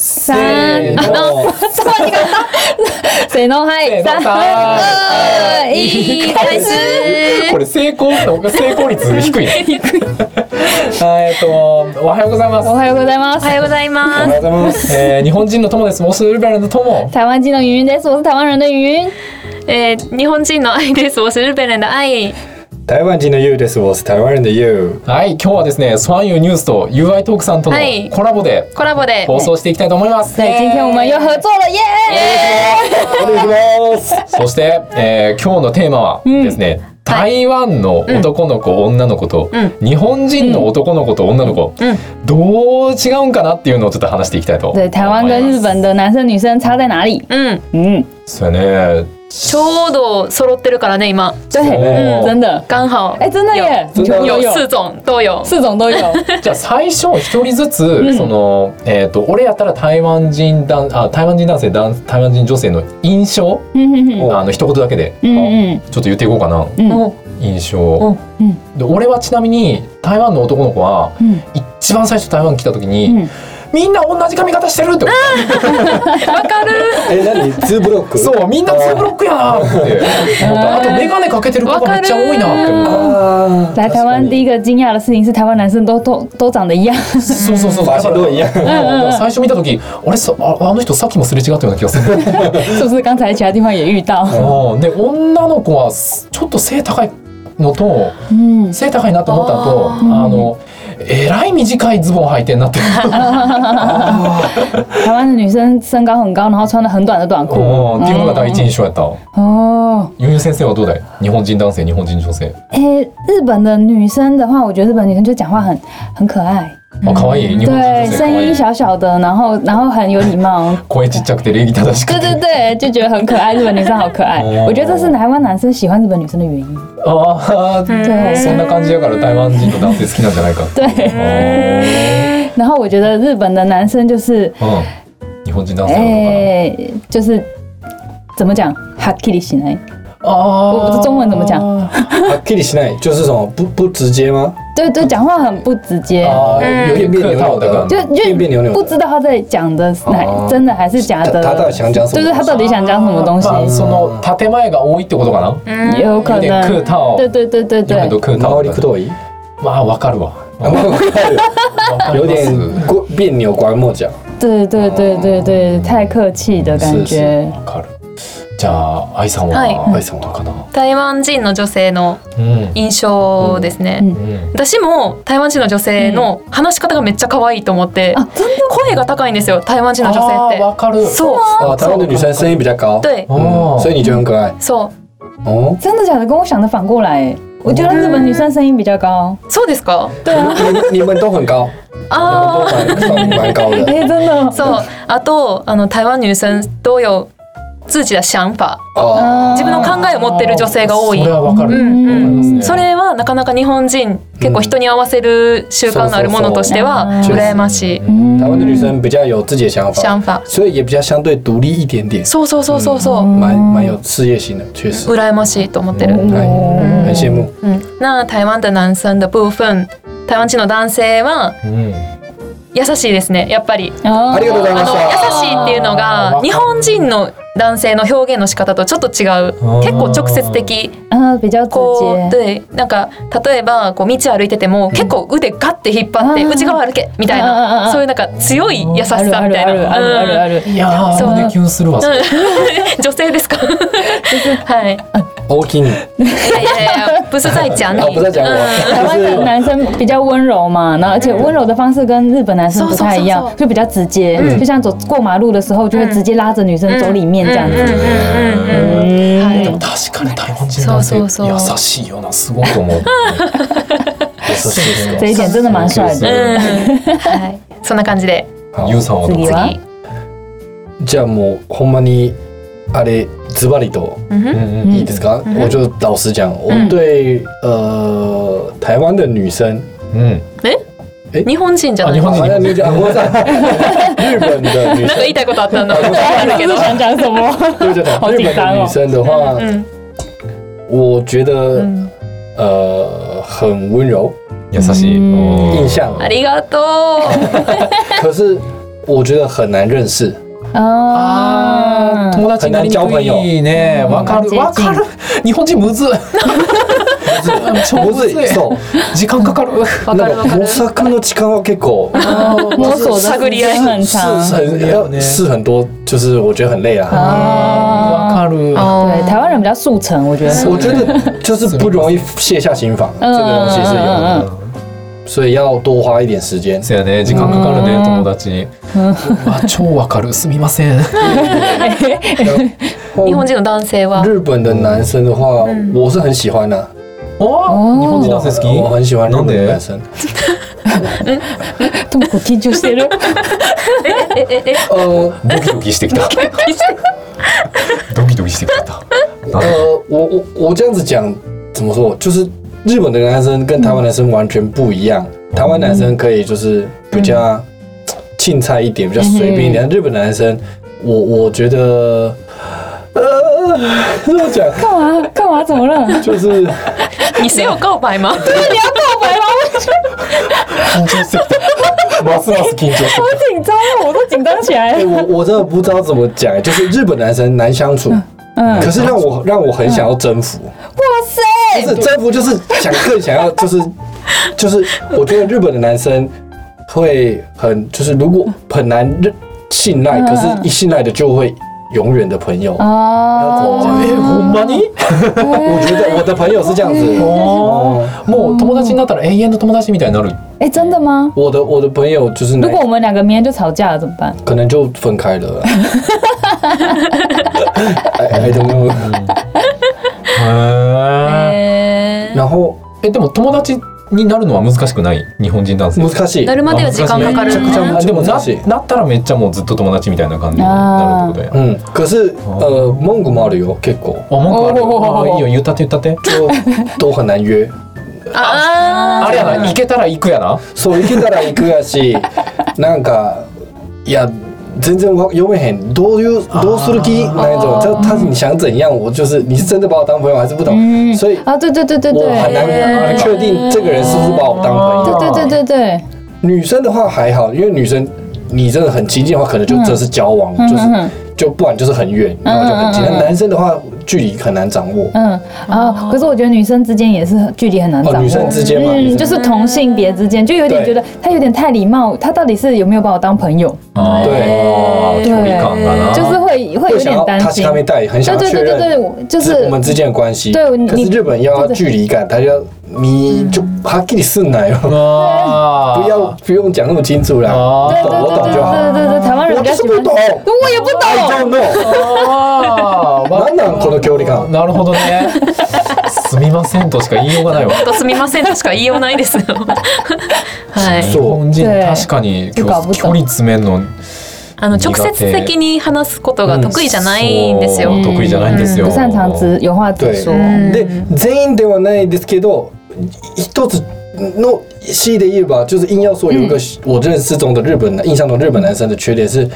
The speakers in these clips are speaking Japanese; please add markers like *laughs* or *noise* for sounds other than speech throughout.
三、せーのあの、そう、違った。せーの、はせい。ーの三、三二、 *laughs* 一、開始。これ成功成功率低いね。あえっとおはようございます。おはようございまおすは。ようございおます。うございます。えー日本人の友です。モスウルバルの友。台湾人的云云です。我是台湾人的云云。えー、日本人の愛です。我是日本人的愛。台湾人的 You です。我是台湾人的 You。はい、今日はですね、スワンユーニュースと UI トークさんとのはいコラボでコラボで。放送していきたいと思います。对，今天我们又合作了耶！お願いします。そして、えー今日のテーマはですね、台湾の男の子、女の子と、うん日本人の男の子と女の子、うんどう違うんかなっていうのをちょっと話していきたいと思いま对，す。台湾跟日本的男生女生差在哪里？うん。嗯，そうやね。ちょうど揃ってるからね、今。对，哦嗯真的，刚好。哎，真的耶，真的有四种都有。四种都有。じゃあ最初一人ずつ、そのえっ、と俺やったら台湾人男あ台湾人男性男台湾人女性の印象、 *laughs* 嗯哼哼あの一言だけで、嗯嗯ちょっと言っていこうかな嗯お印う象ん。嗯で俺はちなみに台湾の男の子は嗯一番最初台湾来た時に、嗯，みんな同じ髪型してるって思っわかる。え、何？ツーブロッたク？そうみんなツーブロックやなって思ったあと眼鏡かけてる子がめっちゃ多いなって思った。あー。来台湾第一一。个惊讶的事情是，台湾男生都都都长得一样。そうそうそう。ファッションどういやうんだ *laughs* から最初見た時あれさああの人さっきもすれ違ったような気がする。是不是刚才其他地方也遇到？あーで女の子はすちょっと背高いのと嗯，背高いなと思ったのとああのえらい短いズボン履いてんなって台湾的女生身高很高，然后穿的很短的短裤。おーっていうのが第一印象やった。哦，ユンユン先生はどうだい日本人男性日本人女性哎、日本的女生的话，我觉得日本女生就讲话很很可爱，あ可愛い日本人对，女声性可愛音い小小的，然后然后很有礼 *laughs* 貌。声ちっちゃくて礼儀正しく对て对对，就觉得很可爱，日本女生好可爱。哦我觉得这是台湾男生喜欢日本女生的原因。あー对そんな感じやから台湾人の男性好きなんじゃないか。对，あ然后我觉得日本的男生就是，ーうん。日本人男性は哎、就是怎么讲，哈基里型哎，どうかな。あ我不是中文怎么讲？はっきりしない。就是什么不不直接吗？对对，讲话很不直接。哦あー有点客套的感就じ。就别别扭扭的不知道他在讲的是哪、哦真的还是假的，他他到底想讲什么哦就是他到底想讲什么东西，まあその建前が多いってことかな。也有可有点能客。哦套。对对对对有很多对，客套周りく。どい？まあわか *laughs* るわ。あわかるわかり有ます点过别扭拐抹角。对对对对对，太客气的感觉。わかる。じゃあ愛さんはいはうん愛さんはどうかな。台湾人の女性のうん。印象ですね。うんうん私も台湾人の女性の話し方がめっちゃ可愛いと思って、あ真声が高いんですよ台湾人の女性あーっわかる。てそう啊，台湾的女生声音比较高。对哦嗯所以你觉得很可爱。そ哦。真的假的？跟我想的反过来，我觉得日本女生声音比较哦高。うそうですか对啊，你你们都很高，あ都蛮算蛮高的。哎，真的あ。そうあとあの台湾女性都有自己的想法哦。啊自分の考えを持ってる女性が多いそれはわか嗯る。うんわかりますねそれはなかなか日本人結構人に合わせる習慣のあるものとしてはそうそうそう羨ましい嗯台湾的女生比较有自己的想法想，法所以也比较相对独立一点点，そうそうそうそうそ蛮蛮有事业心的，确う实，羨ましいと思ってる哎，很羡慕。うん那台湾的男性的部分台湾人の男性はうん。優しいですねやっぱり哦ありがとうござあいまのした優しいっていうのが日本人の男性の表現の仕方とちょっと違うー結構直接的啊，比较直こう接。でなんか例えばこう道歩いてても結構腕ガッて引っ張ってうん内側歩けみたいうんうんうんなそういうなんか強い優しさみたいあるあるあるなあうんるある。いやーそう胸キュンするわ。それ女性ですかはい欧基尼，いやいやいや不是在讲你哦，不再讲台我，湾就是的男生比较温柔嘛，然后而且温柔的方式跟日本男生不太一样嗯，就比较直接，嗯就像走过马路的时候就会直接拉着女生走里面这样う子。んうんうんうん嗯，はでいも確かに台湾人男性そうそうそう優しいよなすごいと *laughs* 思う。優しい这一点真的蛮帅そ的。ううんはいそんな感じで好ユウさんはどう次は *laughs* じゃあもうほんまにあれズバリとうんうんうんうんいいですか？嗯我就老实讲，我对呃台湾的女生，うん。日本人じゃあな日い本人台湾的女生，啊我在日本的なんか女生言い。たいことあったんだ。わかんないけど。想讲什么？对对对，好日紧本张哦的女生的话，うん我觉得、うん呃很温柔，優しい。うんうん印象。ありがと可是我觉得很难认识。啊啊あー友達になりに交朋く友いねわかるうんわかる日本人む *laughs* ずい超むずいそう時間かかるわかるわなんかかる模。索の期間は結構摸索的探时り合い间很是长。很要是很多，就是我觉得很累啊。わ啊，かる对，台哦，湾人比较速成，我觉得。我觉得就是不容易卸下心防，这嗯个东西是有嗯嗯的，所以要多花一点时间。そうやね時間かかるうねん友達にあ超わかるすみません日本人の男性は日本的男生的话，我是很喜欢的、お日本人男性我我好很喜欢日なん本的で男生。痛苦緊張してる。ええええ呃ドキドキしてきたドキドキしてきた呃，我我我这样子讲怎么说？就是日本的男生跟台湾男生完全不一样。台湾男生可以就是比较青菜一点，比较随便一点。日本男生，我我觉得，呃，怎么讲？干嘛？干嘛？怎么了？就是你是有告白吗？緊張してきたますます緊張してきた紧张了，我都紧张起来哎、。我我真的不知道怎么讲，就是日本男生难相处，嗯，可是让我让我很想要征服。哇塞！就是征服，就是想更想要，就是就是，我觉得日本的男生会很，就是如果很难认信赖，嗯可是一信赖的就会永远的朋友。啊，えほんまに嗯我觉得我的朋友是这样子，お哦ーもう友達になったら永遠の友達みたいになる哎，真的吗？我的我的朋友就是那如果我们两个明天就吵架了怎么办？可能就分 *laughs* 开了。 *laughs* 哎哎，等等，へーえー然后えでも友達になるのは難しくない日本人男性難しいな。るまでは時間かかあ難るしいねあでもな難しいなったらめっちゃもうずっと友達みたいな感じになるってことや嗯，可是呃，蒙古猫旅游結構あ文句おあるーあいいよ言ったって言ったって就都很难约。ああれやな行けたら行くやなそう行けたら行くやしなんかいや全然わ読めへんどういうどうする気なん啊ぞ他他你想怎样我就是你是真的把我当朋友还是不懂嗯所以啊，对对对对我对，很难确定这个人是不是把我当朋友对对对对女生的话还好因为女生你真的很亲近的话可能就真的是交往嗯就是嗯嗯就不然就是很远然后就很近嗯嗯嗯但男生的话距离很难掌握嗯啊，可是我觉得女生之间也是距离很难掌哦握，女生之间嘛嗯，女生就之是同性别之间，就有点觉对得他有点太礼貌，他到底是有没有把我当朋友？あー对距離感がな就是会会有嗯会想点要担他心下。面带很想对对要确对对对，认我就是我们之间的关系。对你可是日本要距离感，他就要你就はっきりすんなよ，嗯あー不要不用讲那么清楚啦。あ对ー对我对懂对就好对对对，台湾人我比较喜就是不欢懂。哎我也不 I 懂 don't。know。あー *laughs* なんなんこの距離感。なるほどね。すみませんとしか言いようがないわ。本当すみませんとしか言いようないですよ。はい。日そう本人で確かに距部下部下距離詰めるのあの直接的に話すことが得意じゃないんですよ。そう得意じゃないんですよ。嗯不擅长直有话直对说。嗯で全員ではないですけど、一つの C で言えば就是硬要说有一个我认识中的日本男印象中日本男生的缺点是。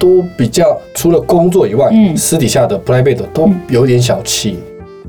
都比较除了工作以外，嗯私底下的 private 都有点小气。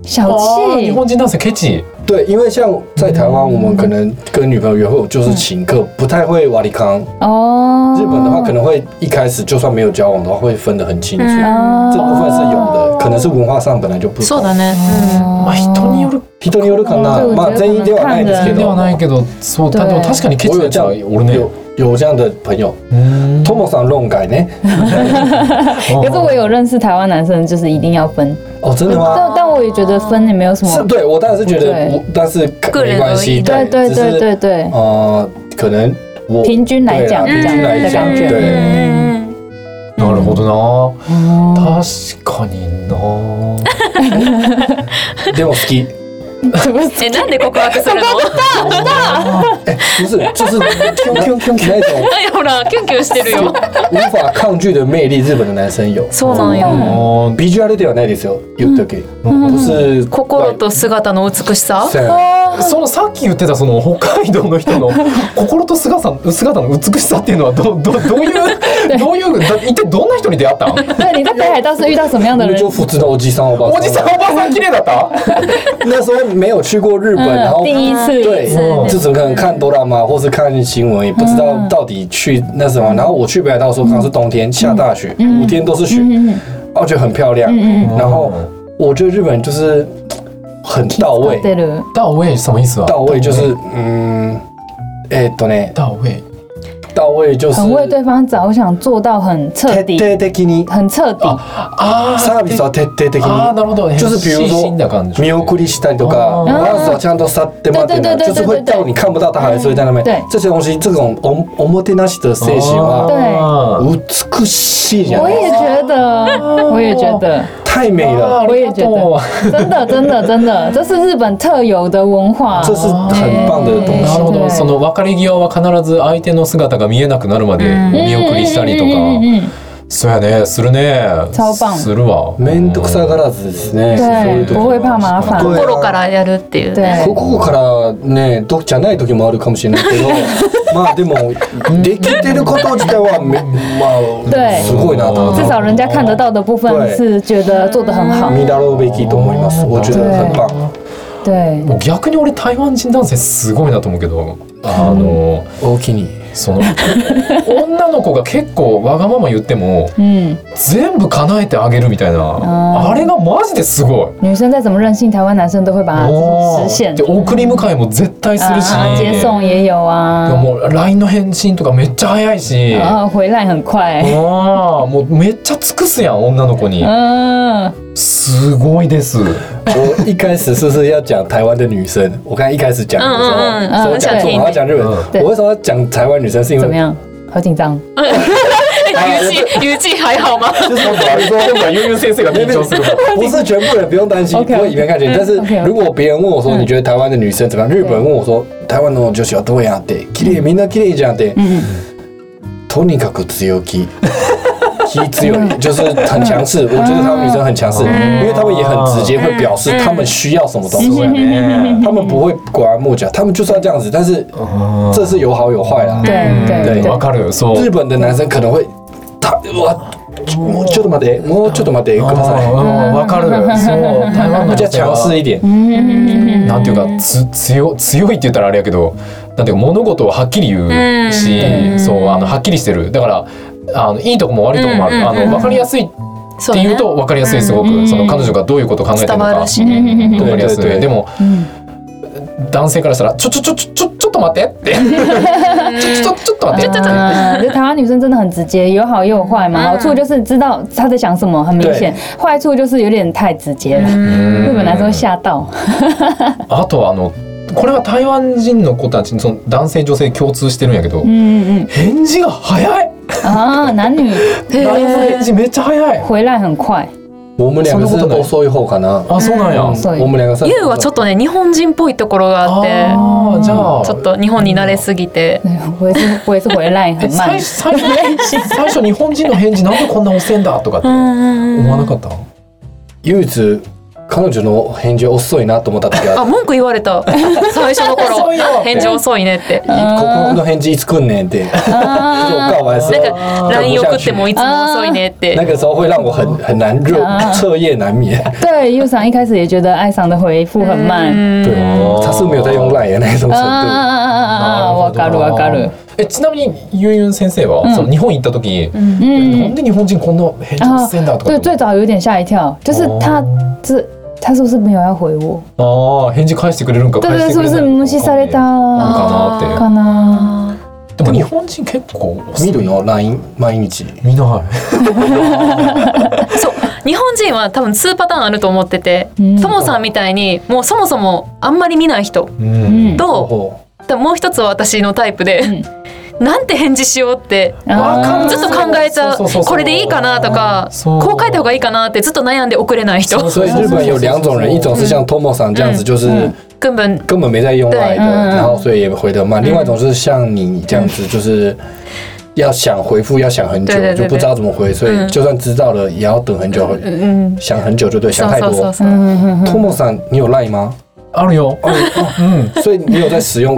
小哦あー日气，本人男性ケチ。对，因为像在台湾，我们可能跟女朋友约会就是请客，不太会瓦里康。哦，日本的话，可能会一开始就算没有交往的话，会分得很清楚。嗯哦这部分是有的，可能是文化上本来就不そう同。だね。哦まあ人による人によるかな对，我，ま觉あ得可全員で能はな看いですけではど、ないけど、そうだ对でも確かにケチ我な有やつ这は样俺ね。有有这样的朋友，うーんトモさん論外ね。可是我有认识台湾男生，就是一定要分，哦，真的吗？但但我也觉得分也没有什是么，对我当然是觉得对我，但是个人没关系，而已对对只对是对对，呃，可能我平均来讲对这啦平均样来的讲感，觉。对。嗯なるほど哦な。確かにな。 *laughs* でも好き。是 *laughs* 不是？え、なんで告白するの？不是，就是 Q Q Q 那种はい、 *laughs* ほら、キュンキュンしてるよ。无法抗拒的魅力，日本的男生有。そうなんあよ。ービジュアルではないですよ。言っとけ。嗯不是心と姿の美しさ。せんそのさっき言ってたその北海道の人の心と姿の姿の美しさっていうのはどどどういうどういうだ一体どんな人に出会ったん？对，你在北海道是遇到什么样的你人？就普通的おじさんおばさん。おじさんおばさん綺麗だった？那时候你没有去过日本，然后第一次对嗯，就只可能看哆啦 A 或是看新闻，也不知道到底去那什么。然后我去北海道的时候，刚好是冬天，下大雪，五天都是雪，嗯嗯然后觉得很漂亮。嗯然后我觉得日本就是很到位嗯，， *laughs* 对了，到位什么意思啊？到位就是嗯，哎，懂嘞，到位。到位就是很为对方着想，做到很彻底，徹底的に很彻底。あサービスは徹底的あーなにるほど。就是比如细说心的感觉見送りしたりとか，哦然后ちゃんと去って待って对对对呢，对就是会到你看不到，他还是会在那边。对这些东西，这种おおもてなし的精神は对哦美しいじゃ我ない也觉得，我也觉得，太美啊了，我也觉得ありがとう真的，真的，真的，这是日本特有的文化。这是很棒的东对な西る。ほはど。いその別れ際は必ず相手の姿が見えなくなるまでうん見送りしたりとか。嗯嗯嗯嗯そうやね。するね。超棒するわ。めんどくさがらずですね。そういう对，時不会怕麻烦。对心からやるっていう。对，ここからね、どじゃない時もあるかもしれないけど、まあでもできてること自体はめま对あすごいなと。至少人家看得到的部分对是觉得做得很好。見習うべきと思います。我觉得很棒。对，もう逆に俺台湾人男性すごいなと思うけど、あの、大きに。その女の子が結構わがまま言っても嗯，全部叶えてあげるみたいな、ーあれがマジですごい。女生再怎么任性，台湾男生都会把它实おー现で。送り迎えも絶対するし、啊接送也有で啊，ももう LINE の返信とかめっちゃ早いし、然あ后回来很快。あもうめっちゃ尽くすやん女の子に、嗯，すごいです。我一开始是不是要讲台湾的女生？我刚才一开始讲的时嗯嗯嗯候，是我讲对中文，我要讲日本嗯。对我为什么要讲台湾女生？是因怎么为样？好紧张。 *laughs* 哎余季余季还好吗？就是我本来说今回悠悠先生が緊 *laughs* 張する。不是全部人，不用担心，不 OK，OK 会以偏概全。但是 OK，OK 如果别人问我说你觉得台湾的女生怎么样，日本人问我说台湾の女子はどうやって綺麗みんな綺麗じゃんって，嗯とにかく強気。気強い就是很强势，我觉得台湾女生很强势，嗯因为他们也很直接，会表示嗯他们需要什么东そう西や，ね。他们不会拐弯抹角，他们就是要这样子。但是这是有好有坏啦。对对うん对わ。かる。そう。日本的男生可能会，他哇，我ちょっと待って、もうちょっと待ってください。ああわかる。そう。台湾の比女较性は强势一点，嗯なんていうかつ強強いって言ったらあれやけどなんていうか物事をはっきり言うし、うんそうあのはっきりしてるだからあのいいとこも悪いとこもある、うんうんうんあの分かりやすいってそう言ねうと分かりやすいすごく、うんその彼女がどういうことを考えてるの伝わかるし分ね。嗯かりやすい、うんでも嗯男性からしたら「ちょちょちょちょちょちょっと待って」 *laughs* ってちょちょちょっと待って」啊，就台湾女生真的很直接，有好也有坏嘛。好处就是知道她在想什么，很明显；坏处就是有点太直接了，日本男生会吓到。あとはあのこれは台湾人の子たちにその男性女性共通してるんやけど、嗯嗯返事が早い嗯啊，男女 LINE の返事めっちゃ早い回来很快。我们两个是遅い方かな。あそうなんや、うん遅い我们两个是。ユウはちょっとね日本人っぽいところがあってあーじゃあちょっと日本に慣れすぎて对，我也是，我也是回来え很慢 *laughs* 最。最初最初日本人の返事なんでこんな遅いんだとかって思わなかった唯一彼女の返事遅いなと思った時あは、文句言 *laughs* わの最初の頃遅いよ返事遅いねってここの返事いつ来んね *laughs* んって。 *laughs* 就我告白的时なん候か LINE 送ってもいつも遅いねっ那て个时候会让我很很难 *laughs* 入彻夜难眠。对，右上一开始也觉得爱上的回复很慢。嗯对，他是没有在用 line 的那种啊程啊度。啊啊啊啊！嗯わかるわかる。えちなみにユンユン先生は、その日本行った時、な嗯ん。で日本人こんな返事遅いんだとか对，って最早有点吓一跳，就是他这他是不是没有要回我？ああ返事返してくれるんか对返对，して是く不れない是の無か視されたなんかなってかな？でも日本人結構遅い見るの line 毎日。見ないそう日本人は多分2パターンあると思っててうんともさんみたいにもうそもそもあんまり見ない人うんと哦，でももう一つは私のタイプでなんて返事しようって啊わかるずっと考えちゃうそうそうそうそうこれでいいかなとかそうこう書いた方がいいかなってずっと悩んで送れない人所以日本有两种人，一种是像 Tomo 桑这样子，就是 *laughs* 根本根本没在用嗯 line 对的，嗯嗯然后所以也回得嗯慢；另外一种是像你这样子，就是。要想回复要想很久对对，对就不知道怎么回，所以嗯就算知道了，也要等很久，うん想很久就对，そう想太そうそ多う。そう托莫さん，你有 Line *laughs* 吗？哦あるよ、うん所以你有在使用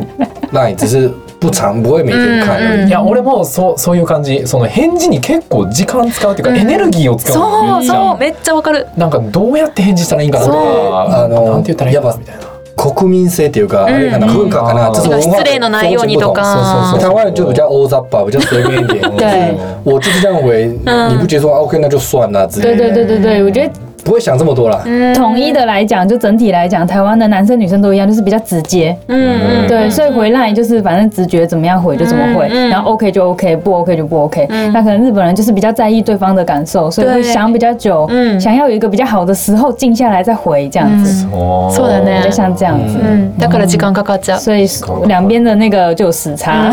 Line，只是不常，不会每天看而嗯い已。や俺もそうそういう感じその返事に結構時間使うっていうか、エネルギーを使うそうそうめっちゃわかるなんかどうやって返事したらいいんかなとそうか、あのなんて言ったらいいんだろうみたいな。国民性っていうか、あれかな、文化かな、うんちょっと文化嗯失礼のないようにと風そうそうそうか气不同台湾人就比较欧扎吧，比 *laughs* 较随便一点。啊 *laughs* 对嗯就是我就是这样回，你不接受啊，OK，那就算了之类对嗯的，对对对对，我觉得不会想这么多啦。统一的来讲，就整体来讲，台湾的男生女生都一样，就是比较直接。嗯嗯，对，所以回来就是反正直觉怎么样回就怎么回，嗯嗯嗯然后 OK 就 OK，不 OK 就不 OK。那可能日本人就是比较在意对方的感受，所以会对想比较久，嗯想要有一个比较好的时候静下来再回这样子，哦そうだ比ね较像这样子。うん、だから時間かかっちゃう。所以两边的那个就有时哦差。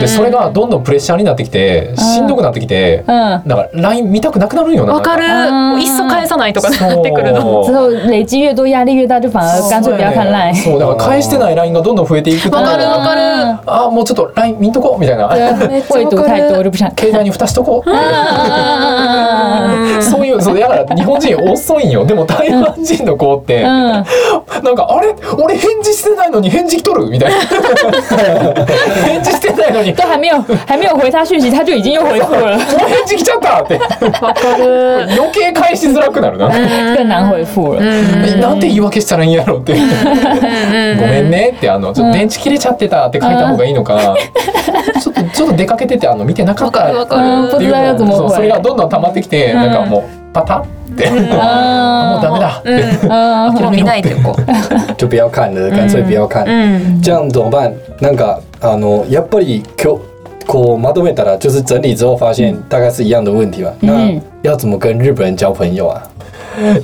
でそれがどんどんプレッシャーになってきてしんどくなってきて嗯，なんか LINE 見たくなくなるんよなわかる。うんもういっそ返さないとかそうなってくるの。之后累积越多，压力越大，就反而干脆不要看赖。哦 *laughs* そうだから返してない LINE がどんどん増えていくとわかるわかる。あーもうちょっと LINE 見んとこうみたいな对，会读太多就不想看。携帯に蓋しとこう哦そういうそうだから日本人遅いんよでも台湾人の子って嗯，なんかあれ俺返事してないのに返事来とるみたいな返事してないのに都还没 *laughs* 有还没有回他讯息，他就已经又回复了，もう返事来ちゃったってわかる。余計返しづらくなるな更难回复了。えなんて言い訳したらいいんやろうってごめんねってあのちょっと電池切れちゃってたって書いた方がいいのかちょっとちょっと出かけててあの見てなかわっかたるわかうる。嗯ん不知道要怎么そうそ回れが。どんどん溜まってきて、なんかもうパタって、もうダメだって、嗯もう見ないでおこう。就不要看了，干脆不要看。嗯うん。这样怎么办？なんかあのやっぱり今日こうまとめたら就是整理之后发现大概是一样的问题吧。那嗯要怎么跟日本人交朋友啊？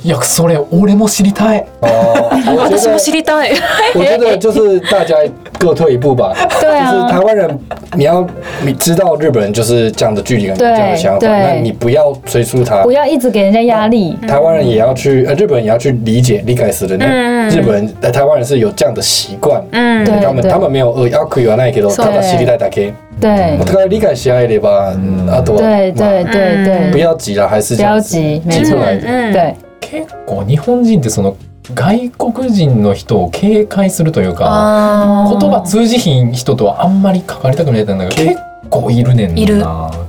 いやそれ俺も知りたい哦，我 *laughs* 觉私も得知りたい。我觉得就是大家各退一步吧。对就是台啊，湾人，你要你知道日本人就是这样的距离感，这对样的想法，对那你不要催促他不。要一直给人家压力。台湾人也要去，呃，日本人也要去理解理解死人。嗯那日本人，呃，台湾人是有这样的习惯，うん。对他们对他们没有呃要可以玩那一个，そう他们心里带打开，对他理解起来的吧，嗯啊，对对嘛对不对，要急了，还是不这样要子，急，没急错不，来的。うん。对，結構日本人ってその外国人の人を警戒するというかあ言葉通じひん人とはあんまり関わりたくないんだけどけ結構いるねんないる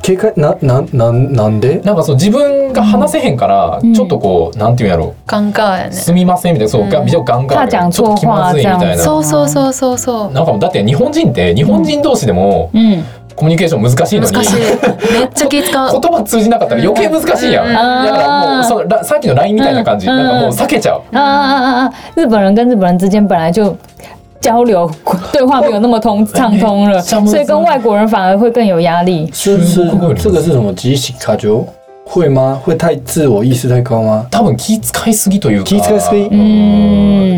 可以看，那那那那的，なんかそう自分が話せへんから、うんちょっとこうなんていうんやろあ。ガンガーやう、ね。すみませんみたいなそう、がうん比較ガンガン怕讲ちょっと気まずいみ错た话い这な样そうそうそうそうそう。なんかもうだって日本人って日本人同士でも嗯，コミュニケーション難しいのに難しい。めっちゃ気使う。言葉通じなかったら余計難しいやん。うんだからもう啊そのらさっきの LINE みたいな感じ、うんなんかもう避けちゃう。啊啊啊啊！日本人跟日本人之间本来就。交流对话没有那么通畅通了，像不是所以跟外国人反而会更有压力。是是中国人这个是什么？极其卡就会吗？会太自我意识太高吗？多分気遣いすぎというか。気遣いすぎううん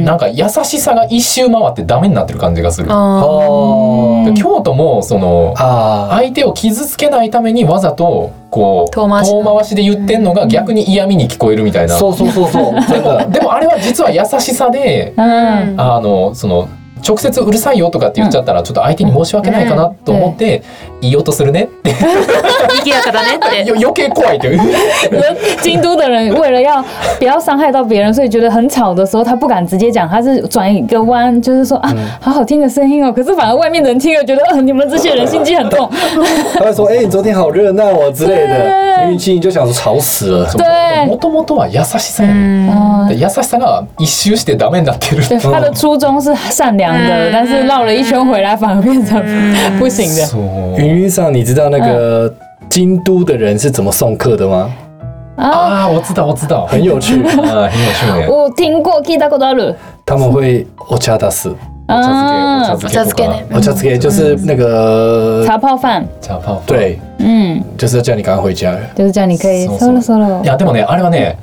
んなんか優しさが一周回ってダメになってる感じがする。あ哦嗯京都もその啊，相手を傷つけないためにわざとこう遠回しで言ってんのが逆に嫌味に聞こえるみたいな。そうそうそうそう、真的。でもあれは実は優しさで嗯あのその直接うるさいよとかって言っちゃったらちょっと相手に申し訳ないかなと思っていい音するねってあ。賑やかだねって。よ余計怖いという。 *laughs* 京都的人为了要不要伤害到别人，所以觉得很吵的时候，他不敢直接讲，他是转一个弯，就是说啊，好好听的声音哦。可是反而外面的人听了，觉得、呃、你们这些人心机很 *laughs* 重。他会说：“哎、你昨天好热闹哦之类的。”对明明心里就想说吵死了。对もともとは優しさうやねん。ん。で嗯，優しさが一周してダメになってる。对，他的初衷是善良的，嗯但是绕了一圈回来，反而变成不行的。そう云云上，你知道那个京都的人是怎么送客的吗？啊，ああ、我知道我知道。很有趣，ああ、很有趣ね。我听过 k i d a k o d a r 他们会お茶出す。お啊，茶漬け、お茶お茶漬漬けお茶漬け就是那个茶泡饭，とか。茶パオ。对，嗯，就是要叫你赶快回家。就是这样，你可以嗖嗖 solo solo い。やでもね、あれはね、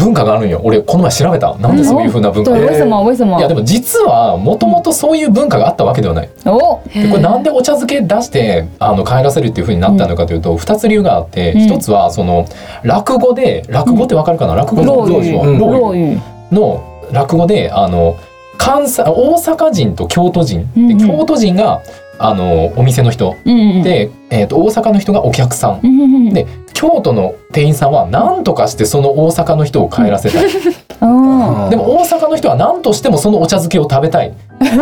文化があるんよ。俺この前調べた。なんでそういう風な文化が。对，为什么？为什么いや？でも実はもともとそういう文化があったわけではない。哦，でこれなんでお茶漬け出してあの帰らせるっていう風になったのかというと、二つ理由があって、ん一つはその落語で落語ってわかるかな？落語の落落语語うん落语，の落語であの関西大阪人と京都人、うんうんで京都人があのお店の人嗯嗯嗯で、えー、と大阪の人がお客さん嗯嗯で京都の店員さんは何とかしてその大阪の人を帰らせたい、嗯，哦，でも大阪の人は何としてもそのお茶漬けを食べたいっ为什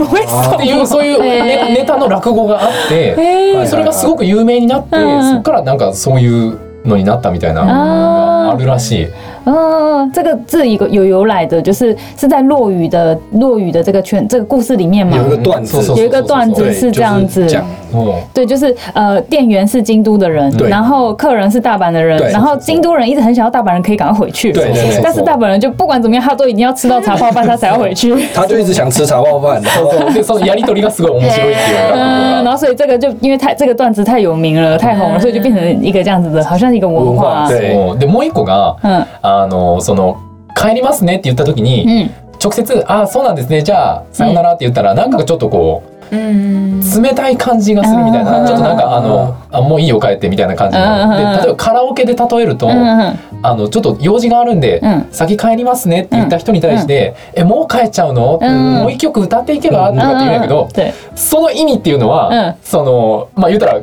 么？ていうそういうネ,、えーネタの落語があって哎はいそれがすごく有名になってうんうんそこからなんかそういうのになったみたいなのがあ啊るらしい。哦，这个字一个有由来的，就是是在落雨的落雨的这个圈这个故事里面嘛有，一个段子嗯有一个段子对是这样子就是讲哦，对，就是呃，店员是京都的人，对然后客人是大阪的人对，然后京都人一直很想要大阪人可以赶快回去，对对对但是大阪人就不管怎么样，他都一定要吃到茶泡饭，他才要回 *laughs* 去。他就一直想吃茶泡饭，然后でそのやり取りがすごい面白いっていう嗯，然か。后所以这个就因为太这个段子太有名了，太红了，所以就变成一个这样子的，好像一个文化啊。嗯文化对そうでもう一個が嗯あのその帰りますねって言った時に嗯，直接あそうなんですねじゃあさよならって言ったらなんかちょっとこう嗯，冷たい感じがするみたいあなーちょっとなんかあのあもういいよ帰ってみたいな感じのうんうんうんで例えばカラオケで例えると嗯あのちょっと用事があるんでうん先帰りますねって言った人に対してえもう帰っちゃうのうんもう一曲歌っていけばと嗯かって言うんだけど对，その意味っていうのは、うんそのまあ言うたら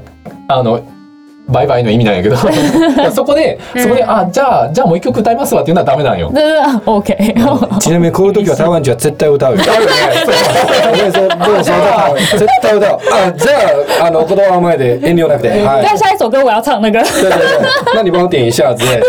あのバイバイの意味なん *laughs* やけどそこでそこで、あじゃあじゃあもう一曲歌いますわっていうのはダメなんよ。对对对，OK，哦 *laughs* ちなみにこういう時は台湾人は絶対歌うよ。我也是不能说在台湾絶対歌う。あ、じゃああの言葉の前で遠慮なくて、は但い。下一首歌我要唱那个。对对对，那你帮我点一下之类的。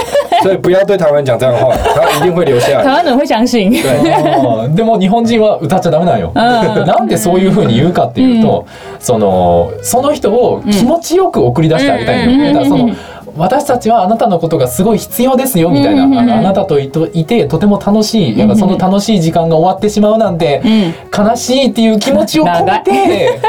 所以不要对台湾人讲这样的话，他一定会留下台来。湾人会相信，うん *laughs* でも日本人は歌っちゃダメなんよ。なんでそういうふうに言うかっていうと、そのその人を気持ちよく送り出してあげたいのうんよ。だからそうんの私たちはあなたのことがすごい必要ですよみたいな、うんあのあなたといといてとても楽しいやっぱその楽しい時間が終わってしまうなんて、ん悲しいっていう気持ちを込めて。 *laughs*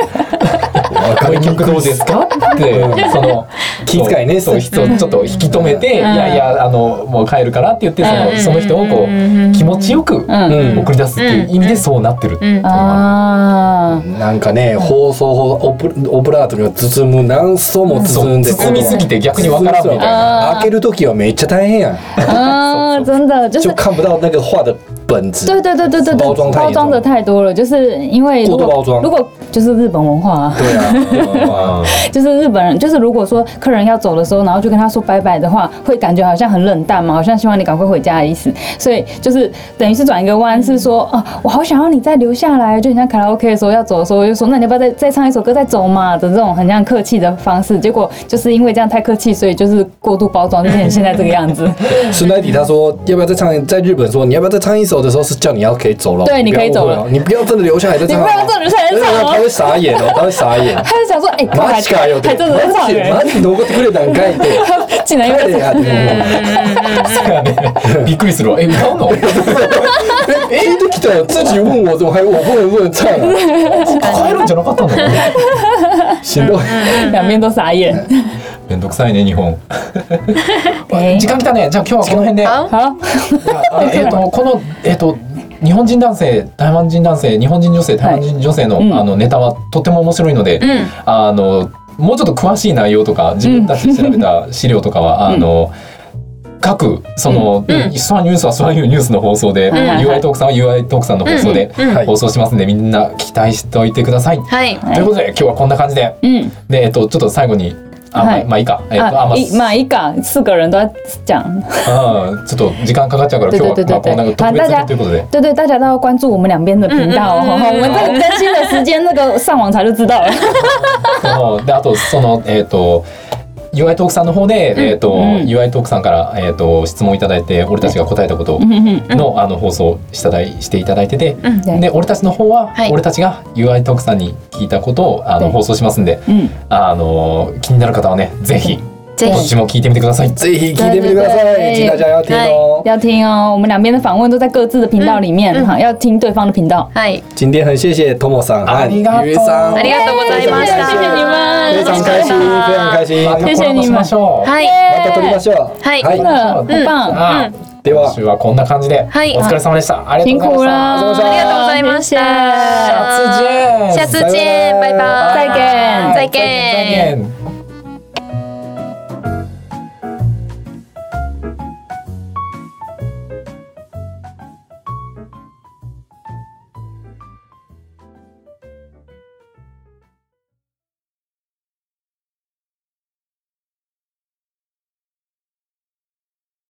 こういう曲どうですかってその気遣いねそうそう人をちょっと引き止めて、いやいやあのもう帰るからって言ってその,、うんその人をこううん気持ちよく嗯送り出すっていう意味でそうなってるって *laughs* いうのが啊，なんかね、放送法オブオブラートに包む何層も包んで、そう包みすぎて逆にわからんみたいなそう開ける時はめっちゃ大変やん。嗯，真的就是就看不到那个画的本质。对对对对对，包装太严重装的太多了，就是因为如果过度包装如果就是日本文化、啊，对啊，あ *laughs* ー就是日本人，就是如果说客人要走的时候，然后就跟他说拜拜的话，会感觉好像很冷淡嘛，好像希望你赶快回家的意思。所以就是等于是转一个弯，是说啊，我好想要你再留下来，就很像卡拉 OK 的时候要走的时候，就说那你要不要再再唱一首歌再走嘛的这种很像客气的方式。结果就是因为这样太客气，所以就是过度包装，就变成现在这个样子。孙奈迪他说要不要再唱一？在日本说你要不要再唱一首的时候是叫你要可以走了，对你可以不要误会走了你不要真的留下来再你唱不哦。要这留下来再唱他哦会。傻眼哦，他会傻眼。他就想说，哎、欸，マ还ジかよって。还真的在唱人マ。ジ残ってくれたんかいって。竟然因为帰这れ个やって。そうやねびっくりするわえ歌うの聞いてきたよ。自己问我怎么还我不能不能唱啊？帰るんじゃなかったのしんどい。两边都傻眼。めんどくさいね日 *laughs* 本 *laughs* 哎時間きたねじゃあ今日はこの辺で好，好，あえっとこのえっと日本人男性台湾人男性日本人女性台湾人女性の,、うんあのネタはとても面白いので、嗯，あのもうちょっと詳しい内容とか自分たちで調べた資料とかは、うんあの各その、うんうんスワンニュースはスワンニュースの放送で、はいはいはい UI トークさんは UI トークさんの放送でうんはい放送しますんで、みんな期待しておいてください。嗨，ということで今日はこんな感じで嗯，で、えっと、ちょっと最後にあ、はいまあまあいいか、えっとあま啊，あ一马一港四个人都在讲，うんちょっと時間かかっちゃうから今日对はま对对あこんな对对特啊大別家編ということで。对对，大家都要关注我们两边的频道哦，嗯嗯嗯嗯我们这个更新的时间，那个上网查就知道了。そうであとそのえっ、と UI トークさんの方で、えっ、と、UI トークさんからえっ、と質問いただいて俺たちが答えたこと嗯嗯の、あの放送をしただいしていただいてて、嗯对で俺たちの方は、はい俺たちが UI トークさんに聞いたことをあのはい放送しますんで、嗯，あの気になる方はねぜひ这どっちも聞いてみてください。ぜひ聞いてみてください。请大家要听哦。要听哦，我们两边的访问都在各自的频道里面哈，要听对方的频道。嗨，今天很谢谢 Tomo さんありがとう和ゆえさんあ，りがとうございました。谢谢你们非常开心，非常开心。またまコラボしましょう。嗨，た撮りましょう。はい真的很棒，あでは今週はこんな感じで、はいお疲れ様でした。あり辛がとうご苦ざいま了，した。ありがとうございま谢谢。した。下次见下次见，拜拜，再见再再见见。再见